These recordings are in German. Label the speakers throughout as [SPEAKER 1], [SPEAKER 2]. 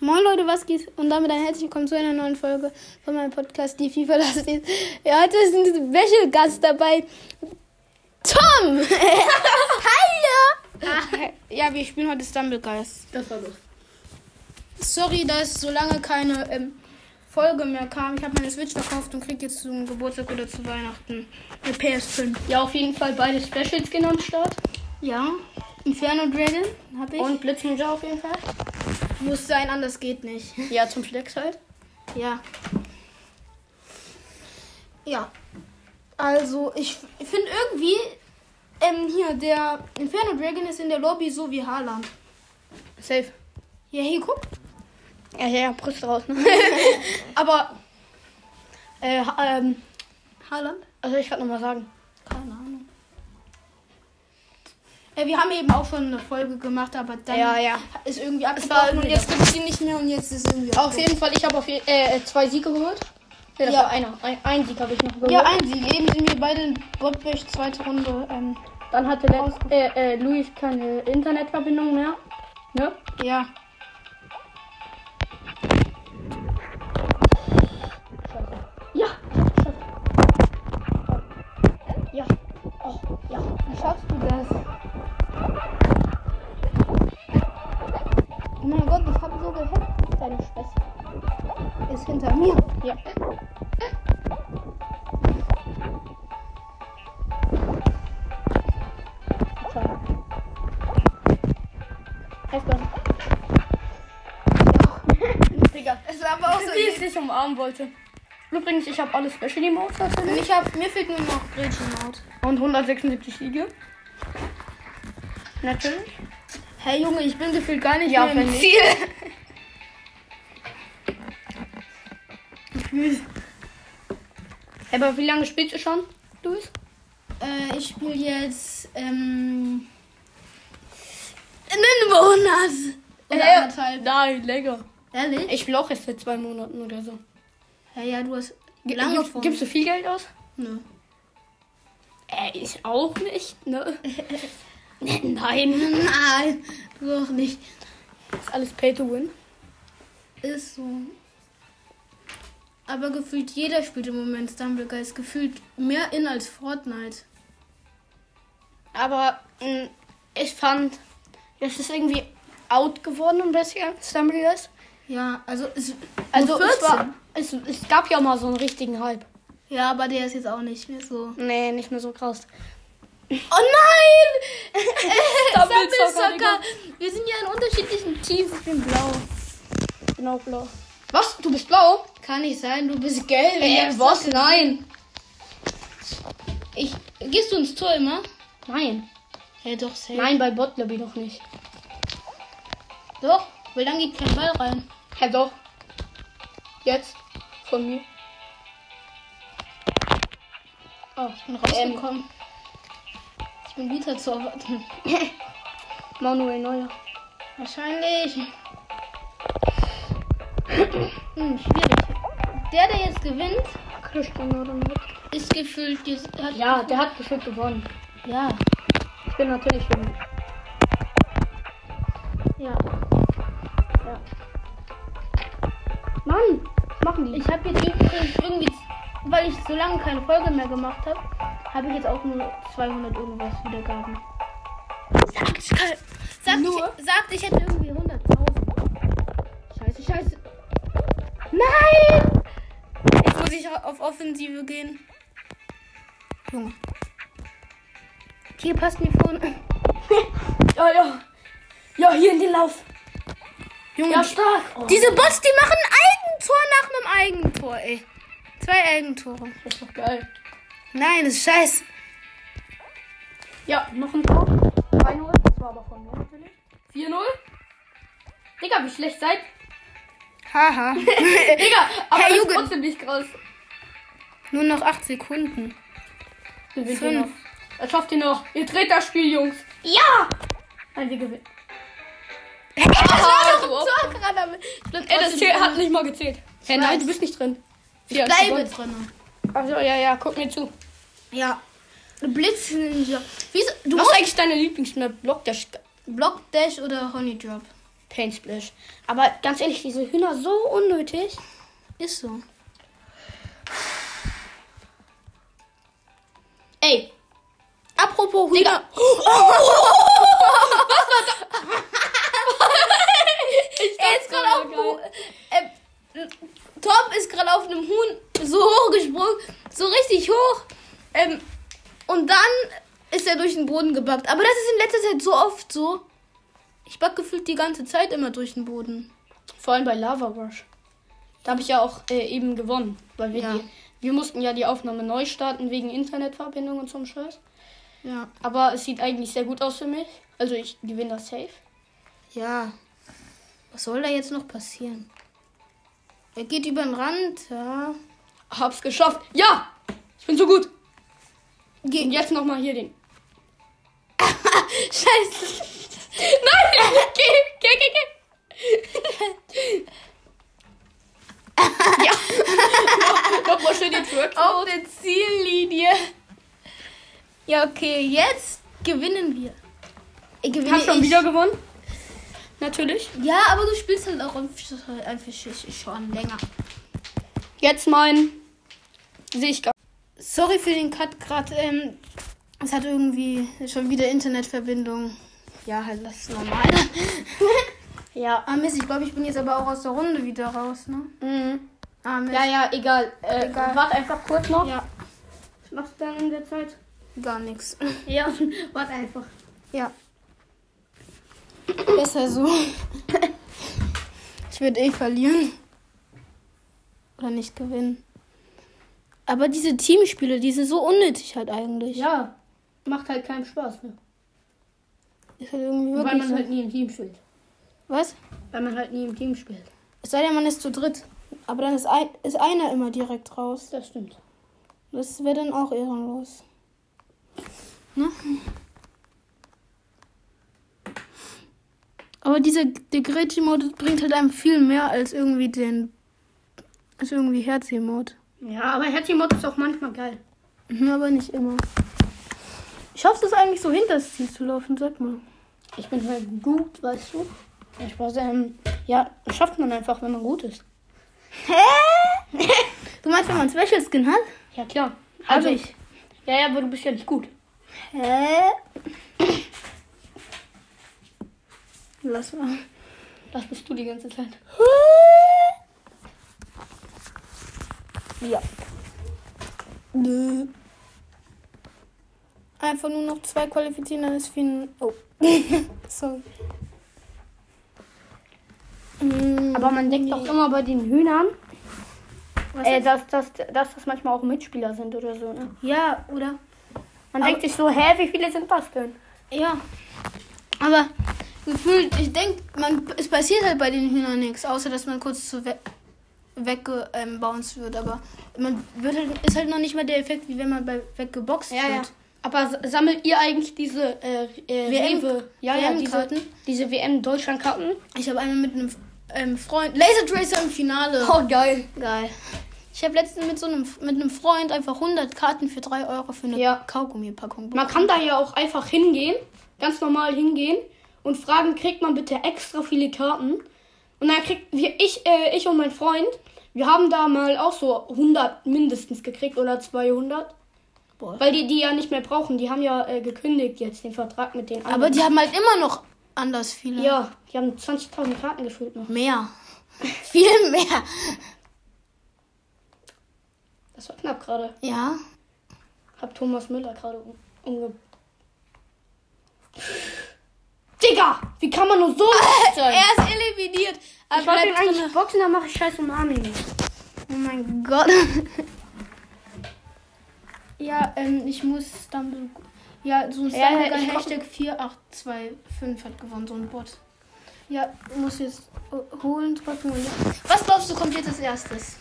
[SPEAKER 1] Moin Leute, was geht? Und damit ein herzlich willkommen zu einer neuen Folge von meinem Podcast Die FIFA das ist. Ja, heute ist ein Special Gast dabei. Tom! Hallo! ja, wir spielen heute Stumblegeist.
[SPEAKER 2] Das war lustig.
[SPEAKER 1] Sorry, dass so lange keine ähm, Folge mehr kam. Ich habe meine Switch verkauft und krieg jetzt zum Geburtstag oder zu Weihnachten eine PS5.
[SPEAKER 2] Ja, auf jeden Fall beide Specials genommen statt.
[SPEAKER 1] Ja, Inferno Dragon habe ich.
[SPEAKER 2] Und Blitzninja auf jeden Fall.
[SPEAKER 1] muss sein, anders geht nicht.
[SPEAKER 2] Ja, zum Flex halt.
[SPEAKER 1] Ja. Ja. Also, ich f- ich finde irgendwie, ähm, hier, der Inferno Dragon ist in der Lobby so wie Haaland.
[SPEAKER 2] Safe.
[SPEAKER 1] Ja, hier, guck.
[SPEAKER 2] Ja, ja, ja, Brust raus. Ne?
[SPEAKER 1] Aber,
[SPEAKER 2] äh, ha- ähm,
[SPEAKER 1] Haaland?
[SPEAKER 2] also ich kann nochmal sagen.
[SPEAKER 1] Keine Ahnung. Äh, wir haben eben auch schon eine Folge gemacht, aber dann
[SPEAKER 2] Ja, ja.
[SPEAKER 1] ist irgendwie
[SPEAKER 2] war
[SPEAKER 1] abgebrochen und
[SPEAKER 2] irgendwie-
[SPEAKER 1] jetzt gibt es die nicht mehr und jetzt ist irgendwie
[SPEAKER 2] Auf jeden Fall, ich habe auf je äh, zwei Siege geholt. Ja, das
[SPEAKER 1] Ja.
[SPEAKER 2] war einer. Ein, ein Sieg habe ich noch geholt.
[SPEAKER 1] Ja, ein Sieg. Eben sind wir beide in Botbech, zweite Runde. Ähm,
[SPEAKER 2] Dann hatte letzt, äh, äh, Luis keine Internetverbindung mehr. Ne?
[SPEAKER 1] ja.
[SPEAKER 2] Ja, ich hab's geschafft. Ja. Oh, ja.
[SPEAKER 1] Wie schaffst du das? Oh mein Gott, ich habe so gehackt.
[SPEAKER 2] Deine Schwester.
[SPEAKER 1] Ist hinter mir.
[SPEAKER 2] Ja. Ciao. Eisbahn.
[SPEAKER 1] Digga, es war aber auch so.
[SPEAKER 2] Die ich dich umarmen wollte. Übrigens, ich habe alle Special Emotes natürlich.
[SPEAKER 1] Ich hab, mir fehlt nur noch Gretchenmaut.
[SPEAKER 2] Und 176 Siege. Natürlich.
[SPEAKER 1] Hey Junge, ich bin gefühlt gar nicht
[SPEAKER 2] Ja,
[SPEAKER 1] mehr im
[SPEAKER 2] wenn nicht.
[SPEAKER 1] Ziel.
[SPEAKER 2] Aber wie lange spielst du schon, Luis?
[SPEAKER 1] Äh, ich spiele jetzt ähm, einen Monat. Oder
[SPEAKER 2] Äh,
[SPEAKER 1] anderthalb.
[SPEAKER 2] Nein, länger.
[SPEAKER 1] Ehrlich?
[SPEAKER 2] Ich spiele auch erst seit zwei Monaten oder so.
[SPEAKER 1] Ja, ja, du hast
[SPEAKER 2] G-
[SPEAKER 1] lange
[SPEAKER 2] gibst,
[SPEAKER 1] von.
[SPEAKER 2] gibst du viel Geld aus?
[SPEAKER 1] Nö.
[SPEAKER 2] Äh, ich auch nicht, ne? Nee, Nein.
[SPEAKER 1] Nein, du auch nicht.
[SPEAKER 2] Ist alles Pay to Win.
[SPEAKER 1] Ist so. Aber gefühlt jeder spielt im Moment Stumblegeist. Gefühlt mehr in als Fortnite.
[SPEAKER 2] Aber mh, ich fand, das ist irgendwie out geworden ein bisschen, Stumblegeist.
[SPEAKER 1] Ja, also es,
[SPEAKER 2] Also
[SPEAKER 1] also
[SPEAKER 2] es,
[SPEAKER 1] 14.
[SPEAKER 2] war, es, es gab ja mal so einen richtigen Hype.
[SPEAKER 1] ja, aber der ist jetzt auch nicht mehr so.
[SPEAKER 2] Nee, nicht mehr so krass.
[SPEAKER 1] Oh nein!
[SPEAKER 2] Stumble Soccer,
[SPEAKER 1] Soccer. Wir sind ja in unterschiedlichen Teams. Ich bin blau.
[SPEAKER 2] Genau blau. Was? Du bist blau?
[SPEAKER 1] Kann nicht sein, du bist gelb.
[SPEAKER 2] Äh, was? Nein.
[SPEAKER 1] Ich, gehst du ins Tor immer?
[SPEAKER 2] Nein.
[SPEAKER 1] Ja, doch, safe.
[SPEAKER 2] Nein, bei Botlobby noch nicht.
[SPEAKER 1] Doch, weil dann geht kein Ball rein.
[SPEAKER 2] Ja, doch. Jetzt. Von mir. Oh, ich bin rausgekommen.
[SPEAKER 1] Rausgekommen. Ich bin guter Torwart.
[SPEAKER 2] Ähm, Manuel Neuer.
[SPEAKER 1] Wahrscheinlich. Hm, schwierig. Der, der jetzt gewinnt,
[SPEAKER 2] Cristiano Ronaldo.
[SPEAKER 1] ist gefühlt. jetzt- Hat,
[SPEAKER 2] Ja, der hat bestimmt gewonnen.
[SPEAKER 1] Ja.
[SPEAKER 2] Ich bin natürlich für ihn.
[SPEAKER 1] Ja.
[SPEAKER 2] Mann, was machen die?
[SPEAKER 1] Ich habe jetzt übrigens irgendwie, weil ich so lange keine Folge mehr gemacht habe, habe ich jetzt auch nur 200 irgendwas Wiedergaben. Sagt, sagt,
[SPEAKER 2] Nur?
[SPEAKER 1] Ich, sagt, ich hätte irgendwie 100.000.
[SPEAKER 2] scheiße, scheiße.
[SPEAKER 1] Nein! Jetzt muss ich auf Offensive gehen. Junge. Hier passt mir vorne.
[SPEAKER 2] Ja, ja. Ja, hier in den Lauf.
[SPEAKER 1] Junge,
[SPEAKER 2] Ja,
[SPEAKER 1] die-
[SPEAKER 2] stark.
[SPEAKER 1] Diese Bots, die machen ein Eigentor nach einem Eigentor, ey. Zwei Eigentore.
[SPEAKER 2] Das ist doch geil.
[SPEAKER 1] Nein, das ist scheiße.
[SPEAKER 2] Ja, noch ein Tor. 3-0. Das war aber von mir natürlich. 4-0. Digga, wie schlecht seid.
[SPEAKER 1] Haha.
[SPEAKER 2] Digga, aber
[SPEAKER 1] Herr
[SPEAKER 2] das ist
[SPEAKER 1] Jugend.
[SPEAKER 2] trotzdem nicht krass.
[SPEAKER 1] Nur noch acht Sekunden.
[SPEAKER 2] Gewinnt ihr
[SPEAKER 1] Fünf.
[SPEAKER 2] noch. Das schafft ihr noch. Ihr dreht das Spiel, Jungs. Ja! Nein, wir gewinnen.
[SPEAKER 1] Das
[SPEAKER 2] war doch ein
[SPEAKER 1] Tor gerade. Ich bin,
[SPEAKER 2] Ey, das Ziel hat nicht mal gezählt. Hä, nein,
[SPEAKER 1] weiß.
[SPEAKER 2] du bist nicht drin. Ich
[SPEAKER 1] bleibe drin.
[SPEAKER 2] Also, ja, ja, guck mir zu.
[SPEAKER 1] Ja. Blitz Ninja. Wieso? Du
[SPEAKER 2] Was ist
[SPEAKER 1] musst
[SPEAKER 2] eigentlich deine Lieblingsmap? Block der Sch
[SPEAKER 1] Block Dash oder Honey Drop. Paint Splash. Aber ganz ehrlich, diese Hühner so unnötig. Ist so. Ey. Apropos Hühner. er ist gerade auf dem Huhn. Ähm, Tom ist gerade auf einem Huhn so hoch gesprungen, so richtig hoch. Ähm, und dann ist er durch den Boden gebackt. Aber das ist in letzter Zeit so oft so. Ich back gefühlt die ganze Zeit immer durch den Boden.
[SPEAKER 2] Vor allem bei Lava Rush. Da habe ich ja auch äh, eben gewonnen. Weil wir,
[SPEAKER 1] Ja.
[SPEAKER 2] die, wir mussten ja die Aufnahme neu starten wegen Internetverbindung und so einem Scheiß.
[SPEAKER 1] Ja.
[SPEAKER 2] Aber es sieht eigentlich sehr gut aus für mich. Also ich gewinne das safe.
[SPEAKER 1] Ja. Was soll da jetzt noch passieren? Er geht über den Rand, ja.
[SPEAKER 2] Hab's geschafft. Ja! Ich bin so gut.
[SPEAKER 1] Ge
[SPEAKER 2] Und jetzt nochmal hier den.
[SPEAKER 1] Scheiße.
[SPEAKER 2] Nein! geh, geh, geh, geh. ja. Noch- Nochmal schön den Twerk.
[SPEAKER 1] Auf der Ziellinie. Ja, okay, jetzt gewinnen wir. Ich gewinne
[SPEAKER 2] Hast schon
[SPEAKER 1] ich.
[SPEAKER 2] wieder gewonnen? Natürlich.
[SPEAKER 1] Ja, aber du spielst halt auch einfach- einfach schon länger.
[SPEAKER 2] Jetzt mein. Sehe ich gar
[SPEAKER 1] Sorry für den Cut gerade. Ähm, es hat irgendwie schon wieder Internetverbindung. Ja, halt, das ist normal.
[SPEAKER 2] Ja.
[SPEAKER 1] ah, Mist, ich glaube, ich bin jetzt aber auch aus der Runde wieder raus, ne?
[SPEAKER 2] Mhm.
[SPEAKER 1] Ah, Mist.
[SPEAKER 2] Ja, ja, egal. Äh,
[SPEAKER 1] Egal.
[SPEAKER 2] Warte einfach kurz noch.
[SPEAKER 1] Ja,
[SPEAKER 2] Was machst du dann in der Zeit?
[SPEAKER 1] gar nichts.
[SPEAKER 2] Ja, warte einfach.
[SPEAKER 1] Ja. Besser so. Ich würde eh verlieren. Oder nicht gewinnen. Aber diese Teamspiele, die sind so unnötig halt eigentlich.
[SPEAKER 2] Ja. Macht halt keinen Spaß. Ne?
[SPEAKER 1] Ist halt irgendwie wirklich
[SPEAKER 2] Weil man
[SPEAKER 1] so.
[SPEAKER 2] halt nie im Team spielt.
[SPEAKER 1] Was?
[SPEAKER 2] Weil man halt nie im Team spielt.
[SPEAKER 1] Es sei denn, man ist zu dritt. Aber dann ist, ein, ist einer immer direkt raus.
[SPEAKER 2] Das stimmt.
[SPEAKER 1] Das wäre dann auch ehrenlos. Ne? Aber dieser der Gretchen-Mode bringt halt einem viel mehr als irgendwie den. als irgendwie Herz-Emote.
[SPEAKER 2] Ja, aber Happy Mod ist auch manchmal geil.
[SPEAKER 1] Mhm, aber nicht immer. Ich hoffe, es ist eigentlich so hinter das Ziel zu laufen, sag mal.
[SPEAKER 2] Ich bin halt gut, weißt du? Ich weiß, ähm, ja, schafft man einfach, wenn man gut ist.
[SPEAKER 1] Hä? du meinst, wenn man Special Skin hat?
[SPEAKER 2] Ja, klar.
[SPEAKER 1] Hab ich.
[SPEAKER 2] Also, Ja, ja, aber du bist ja nicht gut.
[SPEAKER 1] Hä? Lass mal.
[SPEAKER 2] Das bist du die ganze Zeit.
[SPEAKER 1] Ja. Nö. Einfach nur noch zwei qualifizieren, dann ist Fin. Oh. Sorry. Mm,
[SPEAKER 2] Aber man denkt doch immer bei den Hühnern,
[SPEAKER 1] Was
[SPEAKER 2] äh, dass, dass, dass das manchmal auch Mitspieler sind oder so. Ne?
[SPEAKER 1] Ja, oder?
[SPEAKER 2] Man
[SPEAKER 1] Aber-
[SPEAKER 2] denkt sich so, hä, wie viele sind das denn?
[SPEAKER 1] Ja. Aber gefühlt, ich denke, man es passiert halt bei den Hühnern nichts, außer dass man kurz zu we weggebounced ähm, bounced wird. Aber man wird halt, ist halt noch nicht mal der Effekt, wie wenn man bei weggeboxt
[SPEAKER 2] Ja, ja.
[SPEAKER 1] wird.
[SPEAKER 2] Aber sa- sammelt ihr eigentlich diese äh, äh,
[SPEAKER 1] WM
[SPEAKER 2] Rewe- ja, ja, diese,
[SPEAKER 1] WM-Karten?
[SPEAKER 2] diese WM-Deutschland-Karten?
[SPEAKER 1] Ich habe einmal mit einem ähm, Freund Laser Tracer im Finale.
[SPEAKER 2] Oh, geil.
[SPEAKER 1] Geil. Ich habe letztens mit so einem mit einem Freund einfach 100 Karten für 3 Euro für eine
[SPEAKER 2] Ja.
[SPEAKER 1] Kaugummipackung.
[SPEAKER 2] Man kann da ja auch einfach hingehen, ganz normal hingehen und fragen, kriegt man bitte extra viele Karten? Und dann kriegt wir, ich, äh, ich und mein Freund, wir haben da mal auch so 100 mindestens gekriegt oder 200.
[SPEAKER 1] Boah.
[SPEAKER 2] Weil die die ja nicht mehr brauchen. Die haben ja äh, gekündigt jetzt den Vertrag mit den
[SPEAKER 1] Aber
[SPEAKER 2] anderen.
[SPEAKER 1] die haben halt immer noch anders viele.
[SPEAKER 2] ja, die haben 20.000 Karten gefüllt noch.
[SPEAKER 1] Mehr. Viel mehr.
[SPEAKER 2] Das war knapp gerade.
[SPEAKER 1] Ja.
[SPEAKER 2] Hab Thomas Müller gerade um, umge... Digga! Wie kann man nur so schlecht sein?
[SPEAKER 1] Er ist eliminiert. Er
[SPEAKER 2] Ich wollte ihn
[SPEAKER 1] bleibt
[SPEAKER 2] eigentlich
[SPEAKER 1] drin.
[SPEAKER 2] boxen, dann mache ich scheiße um Armin.
[SPEAKER 1] Oh mein Gott. ja, ähm, ich muss Stumble. Ja, so ein
[SPEAKER 2] Ja,
[SPEAKER 1] Stumble
[SPEAKER 2] ich komm-
[SPEAKER 1] Hashtag 4825 hat gewonnen, so ein Bot. Ja, muss jetzt äh, holen, drücken und. Was glaubst du, kommt jetzt als erstes?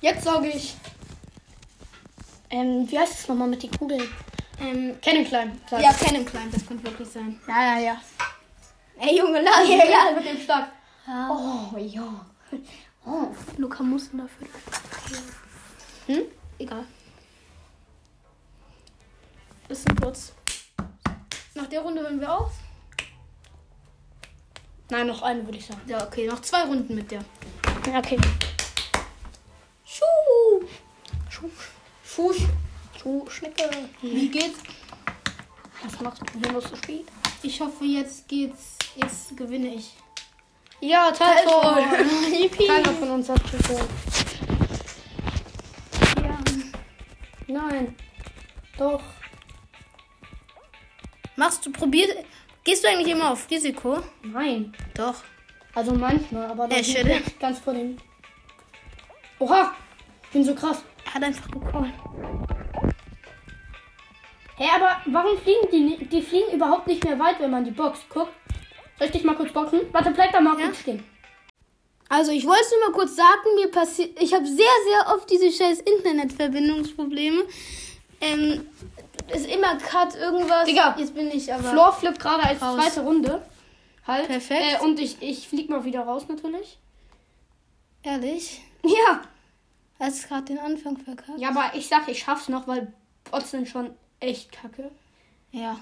[SPEAKER 2] Jetzt sage ich. Ähm, wie heißt es nochmal mit den Kugeln?
[SPEAKER 1] Ähm,
[SPEAKER 2] Kennen klein.
[SPEAKER 1] ja, kennen klein, das könnte wirklich sein.
[SPEAKER 2] ja, ja, ja.
[SPEAKER 1] Ey, Junge, lass
[SPEAKER 2] Ja, ja, mit dem Stab.
[SPEAKER 1] ja.
[SPEAKER 2] Oh, ja. Oh.
[SPEAKER 1] Luca muss ihn dafür.
[SPEAKER 2] Hm?
[SPEAKER 1] Egal. Das sind Bots. Nach der Runde hören wir auf.
[SPEAKER 2] Nein, noch eine würde ich sagen.
[SPEAKER 1] Ja, okay, noch zwei Runden mit der.
[SPEAKER 2] Ja, okay.
[SPEAKER 1] Schuh!
[SPEAKER 2] Schuh,
[SPEAKER 1] Schuh,
[SPEAKER 2] Schuh, Schnecke.
[SPEAKER 1] wie geht's?
[SPEAKER 2] Was machst du hier noch so spät?
[SPEAKER 1] Ich hoffe, jetzt geht's. Jetzt gewinne ich.
[SPEAKER 2] Ja,
[SPEAKER 1] Tatort.
[SPEAKER 2] Yippie. Keiner von uns hat gewonnen.
[SPEAKER 1] Ja.
[SPEAKER 2] Nein. Doch.
[SPEAKER 1] Machst du, probier. Gehst du eigentlich immer auf Risiko?
[SPEAKER 2] Nein.
[SPEAKER 1] Doch.
[SPEAKER 2] Also manchmal, aber
[SPEAKER 1] Äh,
[SPEAKER 2] das
[SPEAKER 1] schön.
[SPEAKER 2] ist ganz vor dem. Oha! Ich bin so krass.
[SPEAKER 1] Er hat einfach gecallt.
[SPEAKER 2] Hä, aber warum fliegen die nicht? Die fliegen überhaupt nicht mehr weit, wenn man die Box guckt. Soll ich dich mal kurz boxen? Warte, bleib da mal
[SPEAKER 1] Ja.
[SPEAKER 2] kurz stehen.
[SPEAKER 1] Also ich wollte es nur mal kurz sagen, mir passiert, ich habe sehr, sehr oft diese scheiß Internetverbindungsprobleme. Ähm, ist immer Cut irgendwas.
[SPEAKER 2] Digga,
[SPEAKER 1] jetzt bin ich aber.
[SPEAKER 2] Floor flippt gerade als
[SPEAKER 1] Raus.
[SPEAKER 2] zweite Runde. Halt.
[SPEAKER 1] Perfekt.
[SPEAKER 2] Äh, und ich, ich flieg mal wieder raus natürlich.
[SPEAKER 1] Ehrlich,
[SPEAKER 2] Ja.
[SPEAKER 1] hast gerade den Anfang verkackt.
[SPEAKER 2] Ja, aber ich sag, ich schaff's noch, weil Bots sind schon echt kacke.
[SPEAKER 1] Ja.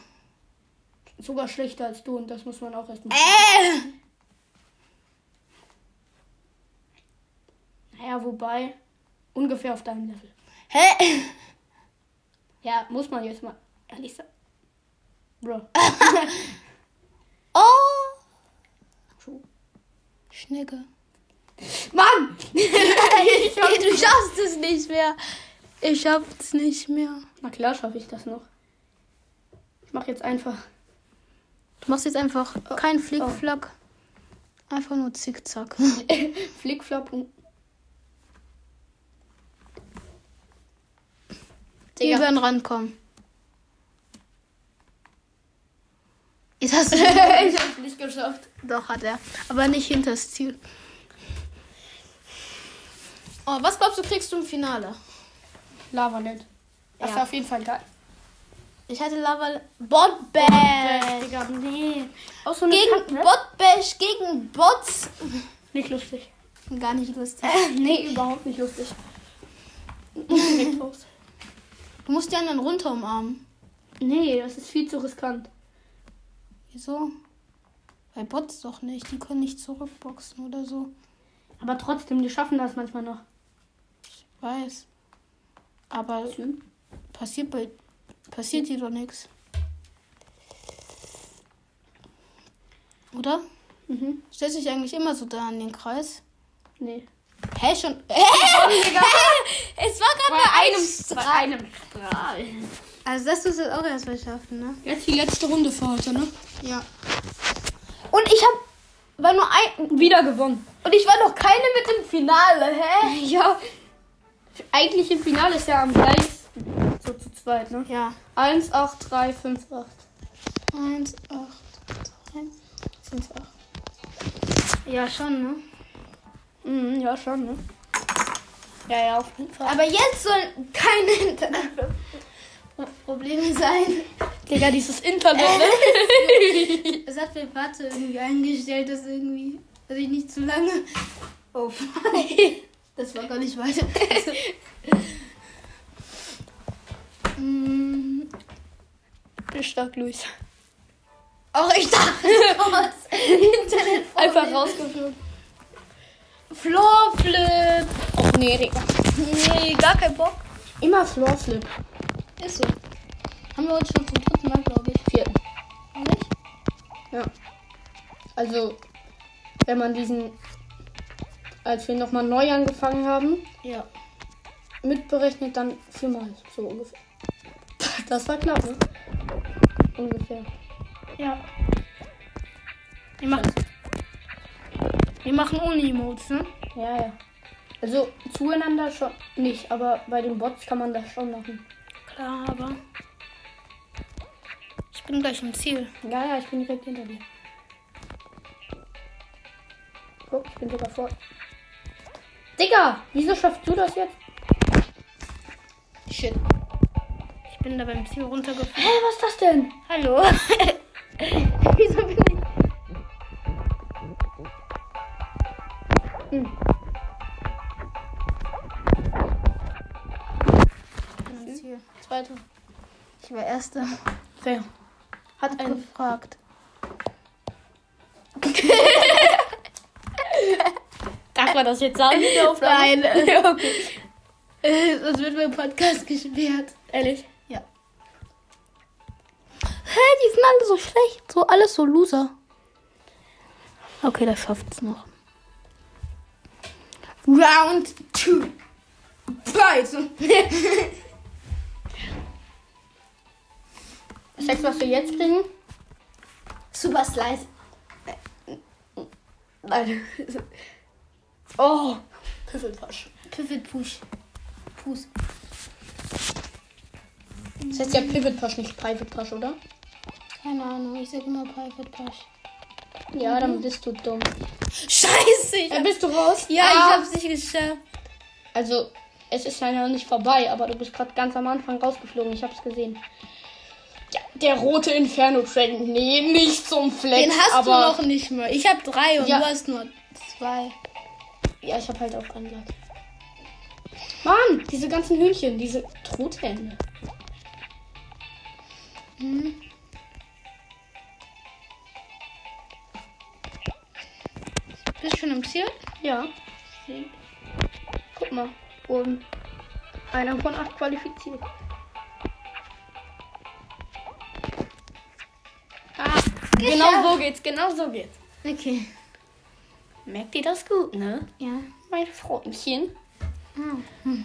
[SPEAKER 2] Sogar schlechter als du und das muss man auch erstmal.
[SPEAKER 1] Äh!
[SPEAKER 2] Naja, wobei, ungefähr auf deinem Level.
[SPEAKER 1] Hä?
[SPEAKER 2] Ja, muss man jetzt mal ehrlich sagen. Bro.
[SPEAKER 1] Oh! Schnecke.
[SPEAKER 2] Mann! ich
[SPEAKER 1] Ey, du schaffst es nicht mehr. Ich schaff es nicht mehr.
[SPEAKER 2] Na klar schaffe ich das noch. Ich mache jetzt einfach.
[SPEAKER 1] Du machst jetzt einfach Oh. keinen Flickflack. Einfach nur Zickzack.
[SPEAKER 2] Flickflop und. Digga.
[SPEAKER 1] Über den Rand kommen. Jetzt hast du
[SPEAKER 2] ich hab's nicht geschafft.
[SPEAKER 1] Doch, hat er. Aber nicht hinters Ziel. Oh, was glaubst du, kriegst du im Finale?
[SPEAKER 2] Lava nicht. Das
[SPEAKER 1] Ja.
[SPEAKER 2] war auf jeden Fall geil.
[SPEAKER 1] Ich hatte Lava. Botbash!
[SPEAKER 2] Digga, nee. Auch so eine Kacke,
[SPEAKER 1] Gegen
[SPEAKER 2] ne?
[SPEAKER 1] Botbash, gegen Bots.
[SPEAKER 2] Nicht lustig.
[SPEAKER 1] Gar nicht lustig.
[SPEAKER 2] nee, überhaupt nicht lustig. Direkt raus.
[SPEAKER 1] Du musst die anderen runter umarmen.
[SPEAKER 2] Nee, das ist viel zu riskant.
[SPEAKER 1] Wieso? Bei Bots doch nicht. Die können nicht zurückboxen oder so.
[SPEAKER 2] Aber trotzdem, die schaffen das manchmal noch.
[SPEAKER 1] Weiß. Aber
[SPEAKER 2] Hm?
[SPEAKER 1] passiert bei. Passiert dir doch nichts. Oder?
[SPEAKER 2] Mhm.
[SPEAKER 1] Stellst dich eigentlich immer so da an den Kreis?
[SPEAKER 2] Nee.
[SPEAKER 1] Hä, schon. Hä? Es war gerade bei einem
[SPEAKER 2] Bei
[SPEAKER 1] Strahl.
[SPEAKER 2] einem Strahl.
[SPEAKER 1] Also, das wirst du jetzt auch erstmal schaffen, ne?
[SPEAKER 2] Jetzt die letzte Runde für heute, ne?
[SPEAKER 1] Ja. Und ich hab. War nur ein.
[SPEAKER 2] Wieder gewonnen.
[SPEAKER 1] Und ich war noch keine mit im Finale, hä?
[SPEAKER 2] Ja. Eigentlich im Finale ist ja am gleichsten. So zu zweit, ne?
[SPEAKER 1] Ja.
[SPEAKER 2] 1, 8, 3, 5, 8.
[SPEAKER 1] 1, 8, 3, 5, 8. Ja, schon, ne?
[SPEAKER 2] Mhm, ja, schon, ne? Ja, ja, auf jeden Fall.
[SPEAKER 1] Aber jetzt sollen keine Internetprobleme sein.
[SPEAKER 2] Digga, dieses Internet, ne?
[SPEAKER 1] Das hat mein Vater irgendwie eingestellt, dass irgendwie, dass ich nicht zu lange. Oh, fuck. das war gar nicht weiter. Mm, Äh.
[SPEAKER 2] Ich stark, Luis.
[SPEAKER 1] Auch oh, ich dachte kurz. Internet
[SPEAKER 2] Einfach rausgeflogen.
[SPEAKER 1] Floorflip.
[SPEAKER 2] Och, Oh, nee, Digga.
[SPEAKER 1] Nee, gar kein Bock.
[SPEAKER 2] Immer Floorflip.
[SPEAKER 1] Ist so. Haben wir heute schon zum dritten Mal, glaube ich.
[SPEAKER 2] Vierten.
[SPEAKER 1] Ehrlich?
[SPEAKER 2] Ja. Also, wenn man diesen, als wir nochmal neu angefangen haben,
[SPEAKER 1] Ja.
[SPEAKER 2] mitberechnet, dann viermal. So ungefähr. Das war knapp, ne? Ungefähr.
[SPEAKER 1] Ja. Wir machen, wir machen ohne Emotes, ne?
[SPEAKER 2] Ja, ja. Also zueinander schon nicht, aber bei den Bots kann man das schon machen.
[SPEAKER 1] Klar, aber. Ich bin gleich im Ziel.
[SPEAKER 2] Ja, ja, ich bin direkt hinter dir. Guck, ich bin sogar vor. Digga, wieso schaffst du das jetzt?
[SPEAKER 1] Shit. Ich bin da beim Ziel runtergefallen.
[SPEAKER 2] Hä, was ist das denn?
[SPEAKER 1] Hallo. Wieso bin ich.
[SPEAKER 2] Hm.
[SPEAKER 1] Ich bin im Ziel. Zweiter. Ich war Erster.
[SPEAKER 2] Fair. Hat ein.
[SPEAKER 1] Gefragt.
[SPEAKER 3] Darf man das jetzt sagen? in der Aufnahme?
[SPEAKER 1] Nein, äh,
[SPEAKER 3] Ja, okay.
[SPEAKER 1] äh, sonst wird mein Podcast gesperrt.
[SPEAKER 3] Ehrlich.
[SPEAKER 1] Hä, die sind alle so schlecht. So, alles so Loser.
[SPEAKER 3] Okay, das schafft's noch.
[SPEAKER 1] Round 2. Fight.
[SPEAKER 2] Sex, was wir jetzt kriegen?
[SPEAKER 1] Super Slice.
[SPEAKER 2] Nein. Oh, Piffelpasch.
[SPEAKER 1] Pivot Push. Push.
[SPEAKER 2] Das heißt ja Piffelpasch, nicht Private Pasch, oder?
[SPEAKER 1] Keine Ahnung, ich sag immer Private Push.
[SPEAKER 2] Ja, dann bist du dumm.
[SPEAKER 1] Scheiße, ich
[SPEAKER 2] Mhm. Äh, bist du raus?
[SPEAKER 1] Ja,
[SPEAKER 2] Ah.
[SPEAKER 1] ich hab's nicht geschafft.
[SPEAKER 2] Also, es ist leider noch nicht vorbei, aber du bist gerade ganz am Anfang rausgeflogen. Ich hab's gesehen. Ja, der rote Inferno Dragon. Nee, nicht zum Flex.
[SPEAKER 1] Den hast du
[SPEAKER 2] aber
[SPEAKER 1] noch nicht mal. Ich hab drei und
[SPEAKER 2] Ja.
[SPEAKER 1] du hast nur zwei.
[SPEAKER 2] Ja, ich hab halt auch Anlag. Mann, diese ganzen Hühnchen, diese Truthähne.
[SPEAKER 1] Bist du schon im Ziel?
[SPEAKER 2] Ja. Guck mal. Oben. Einer von acht qualifiziert. Ah, genau so geht's, genau so geht's.
[SPEAKER 1] Okay.
[SPEAKER 3] Merkt ihr das gut, ne?
[SPEAKER 1] Ja.
[SPEAKER 2] Meine Freundchen. Hm.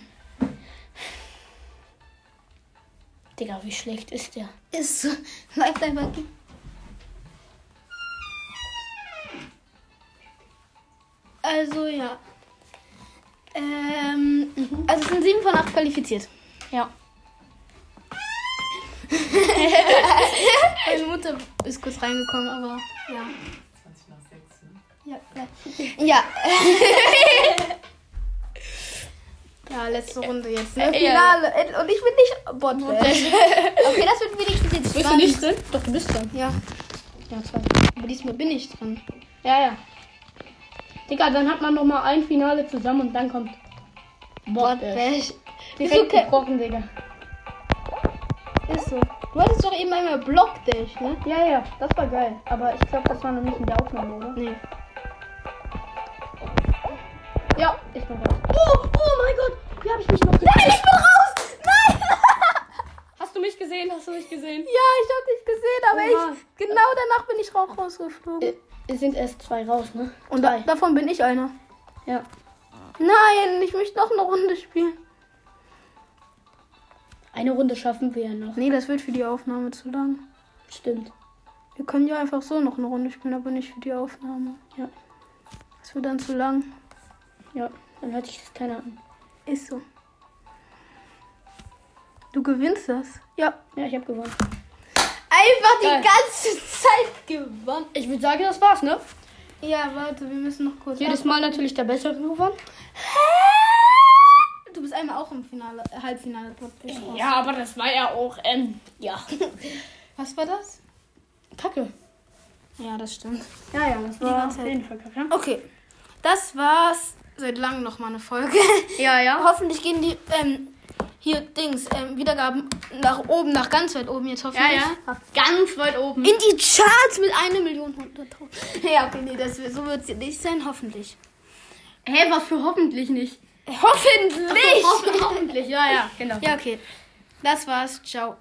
[SPEAKER 3] Digga, wie schlecht ist der?
[SPEAKER 1] Ist so. Läuft einfach. ge- Also ja. Ähm, also es sind 7 von 8 qualifiziert.
[SPEAKER 3] Ja.
[SPEAKER 1] Meine Mutter ist kurz reingekommen, aber ja. Ja, gleich. ja. ja, letzte Runde jetzt. Ne?
[SPEAKER 2] ja.
[SPEAKER 1] Finale. Und ich bin nicht Bot. Okay, das wird wenigstens jetzt
[SPEAKER 2] Bist du
[SPEAKER 1] spannend.
[SPEAKER 2] nicht drin? Doch, du bist dran.
[SPEAKER 1] Ja.
[SPEAKER 2] Ja, toll. Aber diesmal bin ich dran. Ja, ja. Digga, dann hat man noch mal ein Finale zusammen und dann kommt
[SPEAKER 1] Bot.
[SPEAKER 2] Bordbash.
[SPEAKER 1] Wieso
[SPEAKER 2] Direkt
[SPEAKER 1] ke-
[SPEAKER 2] gebrochen, Digga.
[SPEAKER 1] Ist so. Du hattest doch eben einmal Blockdash, ne?
[SPEAKER 2] Ja, ja, das war geil. Aber ich glaube, das war noch nicht in der Aufnahme, oder?
[SPEAKER 1] Nee.
[SPEAKER 2] Ja, ich bin raus.
[SPEAKER 1] Oh, oh mein Gott. Wie habe ich mich noch Nein, ich bin raus. Nein.
[SPEAKER 2] Hast du mich gesehen? Hast du mich gesehen?
[SPEAKER 1] ja, ich habe dich gesehen, aber
[SPEAKER 2] Oha.
[SPEAKER 1] ich genau danach bin ich auch rausgeflogen.
[SPEAKER 2] Es Äh, sind erst zwei raus, ne?
[SPEAKER 1] Und da, davon bin ich einer.
[SPEAKER 2] Ja.
[SPEAKER 1] Nein, ich möchte noch eine Runde spielen.
[SPEAKER 2] Eine Runde schaffen wir ja noch.
[SPEAKER 1] Nee, das wird für die Aufnahme zu lang.
[SPEAKER 2] Stimmt.
[SPEAKER 1] Wir können ja einfach so noch eine Runde spielen, aber nicht für die Aufnahme.
[SPEAKER 2] Ja.
[SPEAKER 1] Das wird dann zu lang.
[SPEAKER 2] Ja, dann hört sich das keiner an.
[SPEAKER 1] Ist so. Du gewinnst das. Ja.
[SPEAKER 2] Ja, ich habe gewonnen.
[SPEAKER 1] Einfach
[SPEAKER 2] Geil.
[SPEAKER 1] ganze Zeit gewonnen.
[SPEAKER 2] Ich würde sagen, das war's, ne?
[SPEAKER 1] Ja, warte, wir müssen noch kurz. Ah!
[SPEAKER 2] Jedes Mal natürlich der Bessere gewonnen.
[SPEAKER 1] Du bist einmal auch im Finale, äh, Halbfinale. Podcast.
[SPEAKER 2] Ja, aber das war ja auch, ähm, ja.
[SPEAKER 1] Was war das?
[SPEAKER 2] Kacke.
[SPEAKER 1] Ja, das stimmt.
[SPEAKER 2] Ja, ja, das
[SPEAKER 1] war
[SPEAKER 2] war halt-
[SPEAKER 1] auf
[SPEAKER 2] auf jeden Fall kacke.
[SPEAKER 1] Okay, das war's. Seit langem noch mal eine Folge.
[SPEAKER 2] Ja, ja.
[SPEAKER 1] Hoffentlich gehen die ähm, hier Dings ähm, Wiedergaben nach oben, nach ganz weit oben jetzt
[SPEAKER 2] Ja,
[SPEAKER 1] hoffentlich.
[SPEAKER 2] ja. Ganz weit oben.
[SPEAKER 1] In die Charts mit einer Million hunderttausend. Hm? Ja, okay, nee, das, so wird's hier nicht sein, hoffentlich.
[SPEAKER 2] Hä, was für hoffentlich nicht.
[SPEAKER 1] Hoffentlich!
[SPEAKER 2] Hoffentlich, ja, ja, genau.
[SPEAKER 1] Ja, okay. Das war's. Ciao.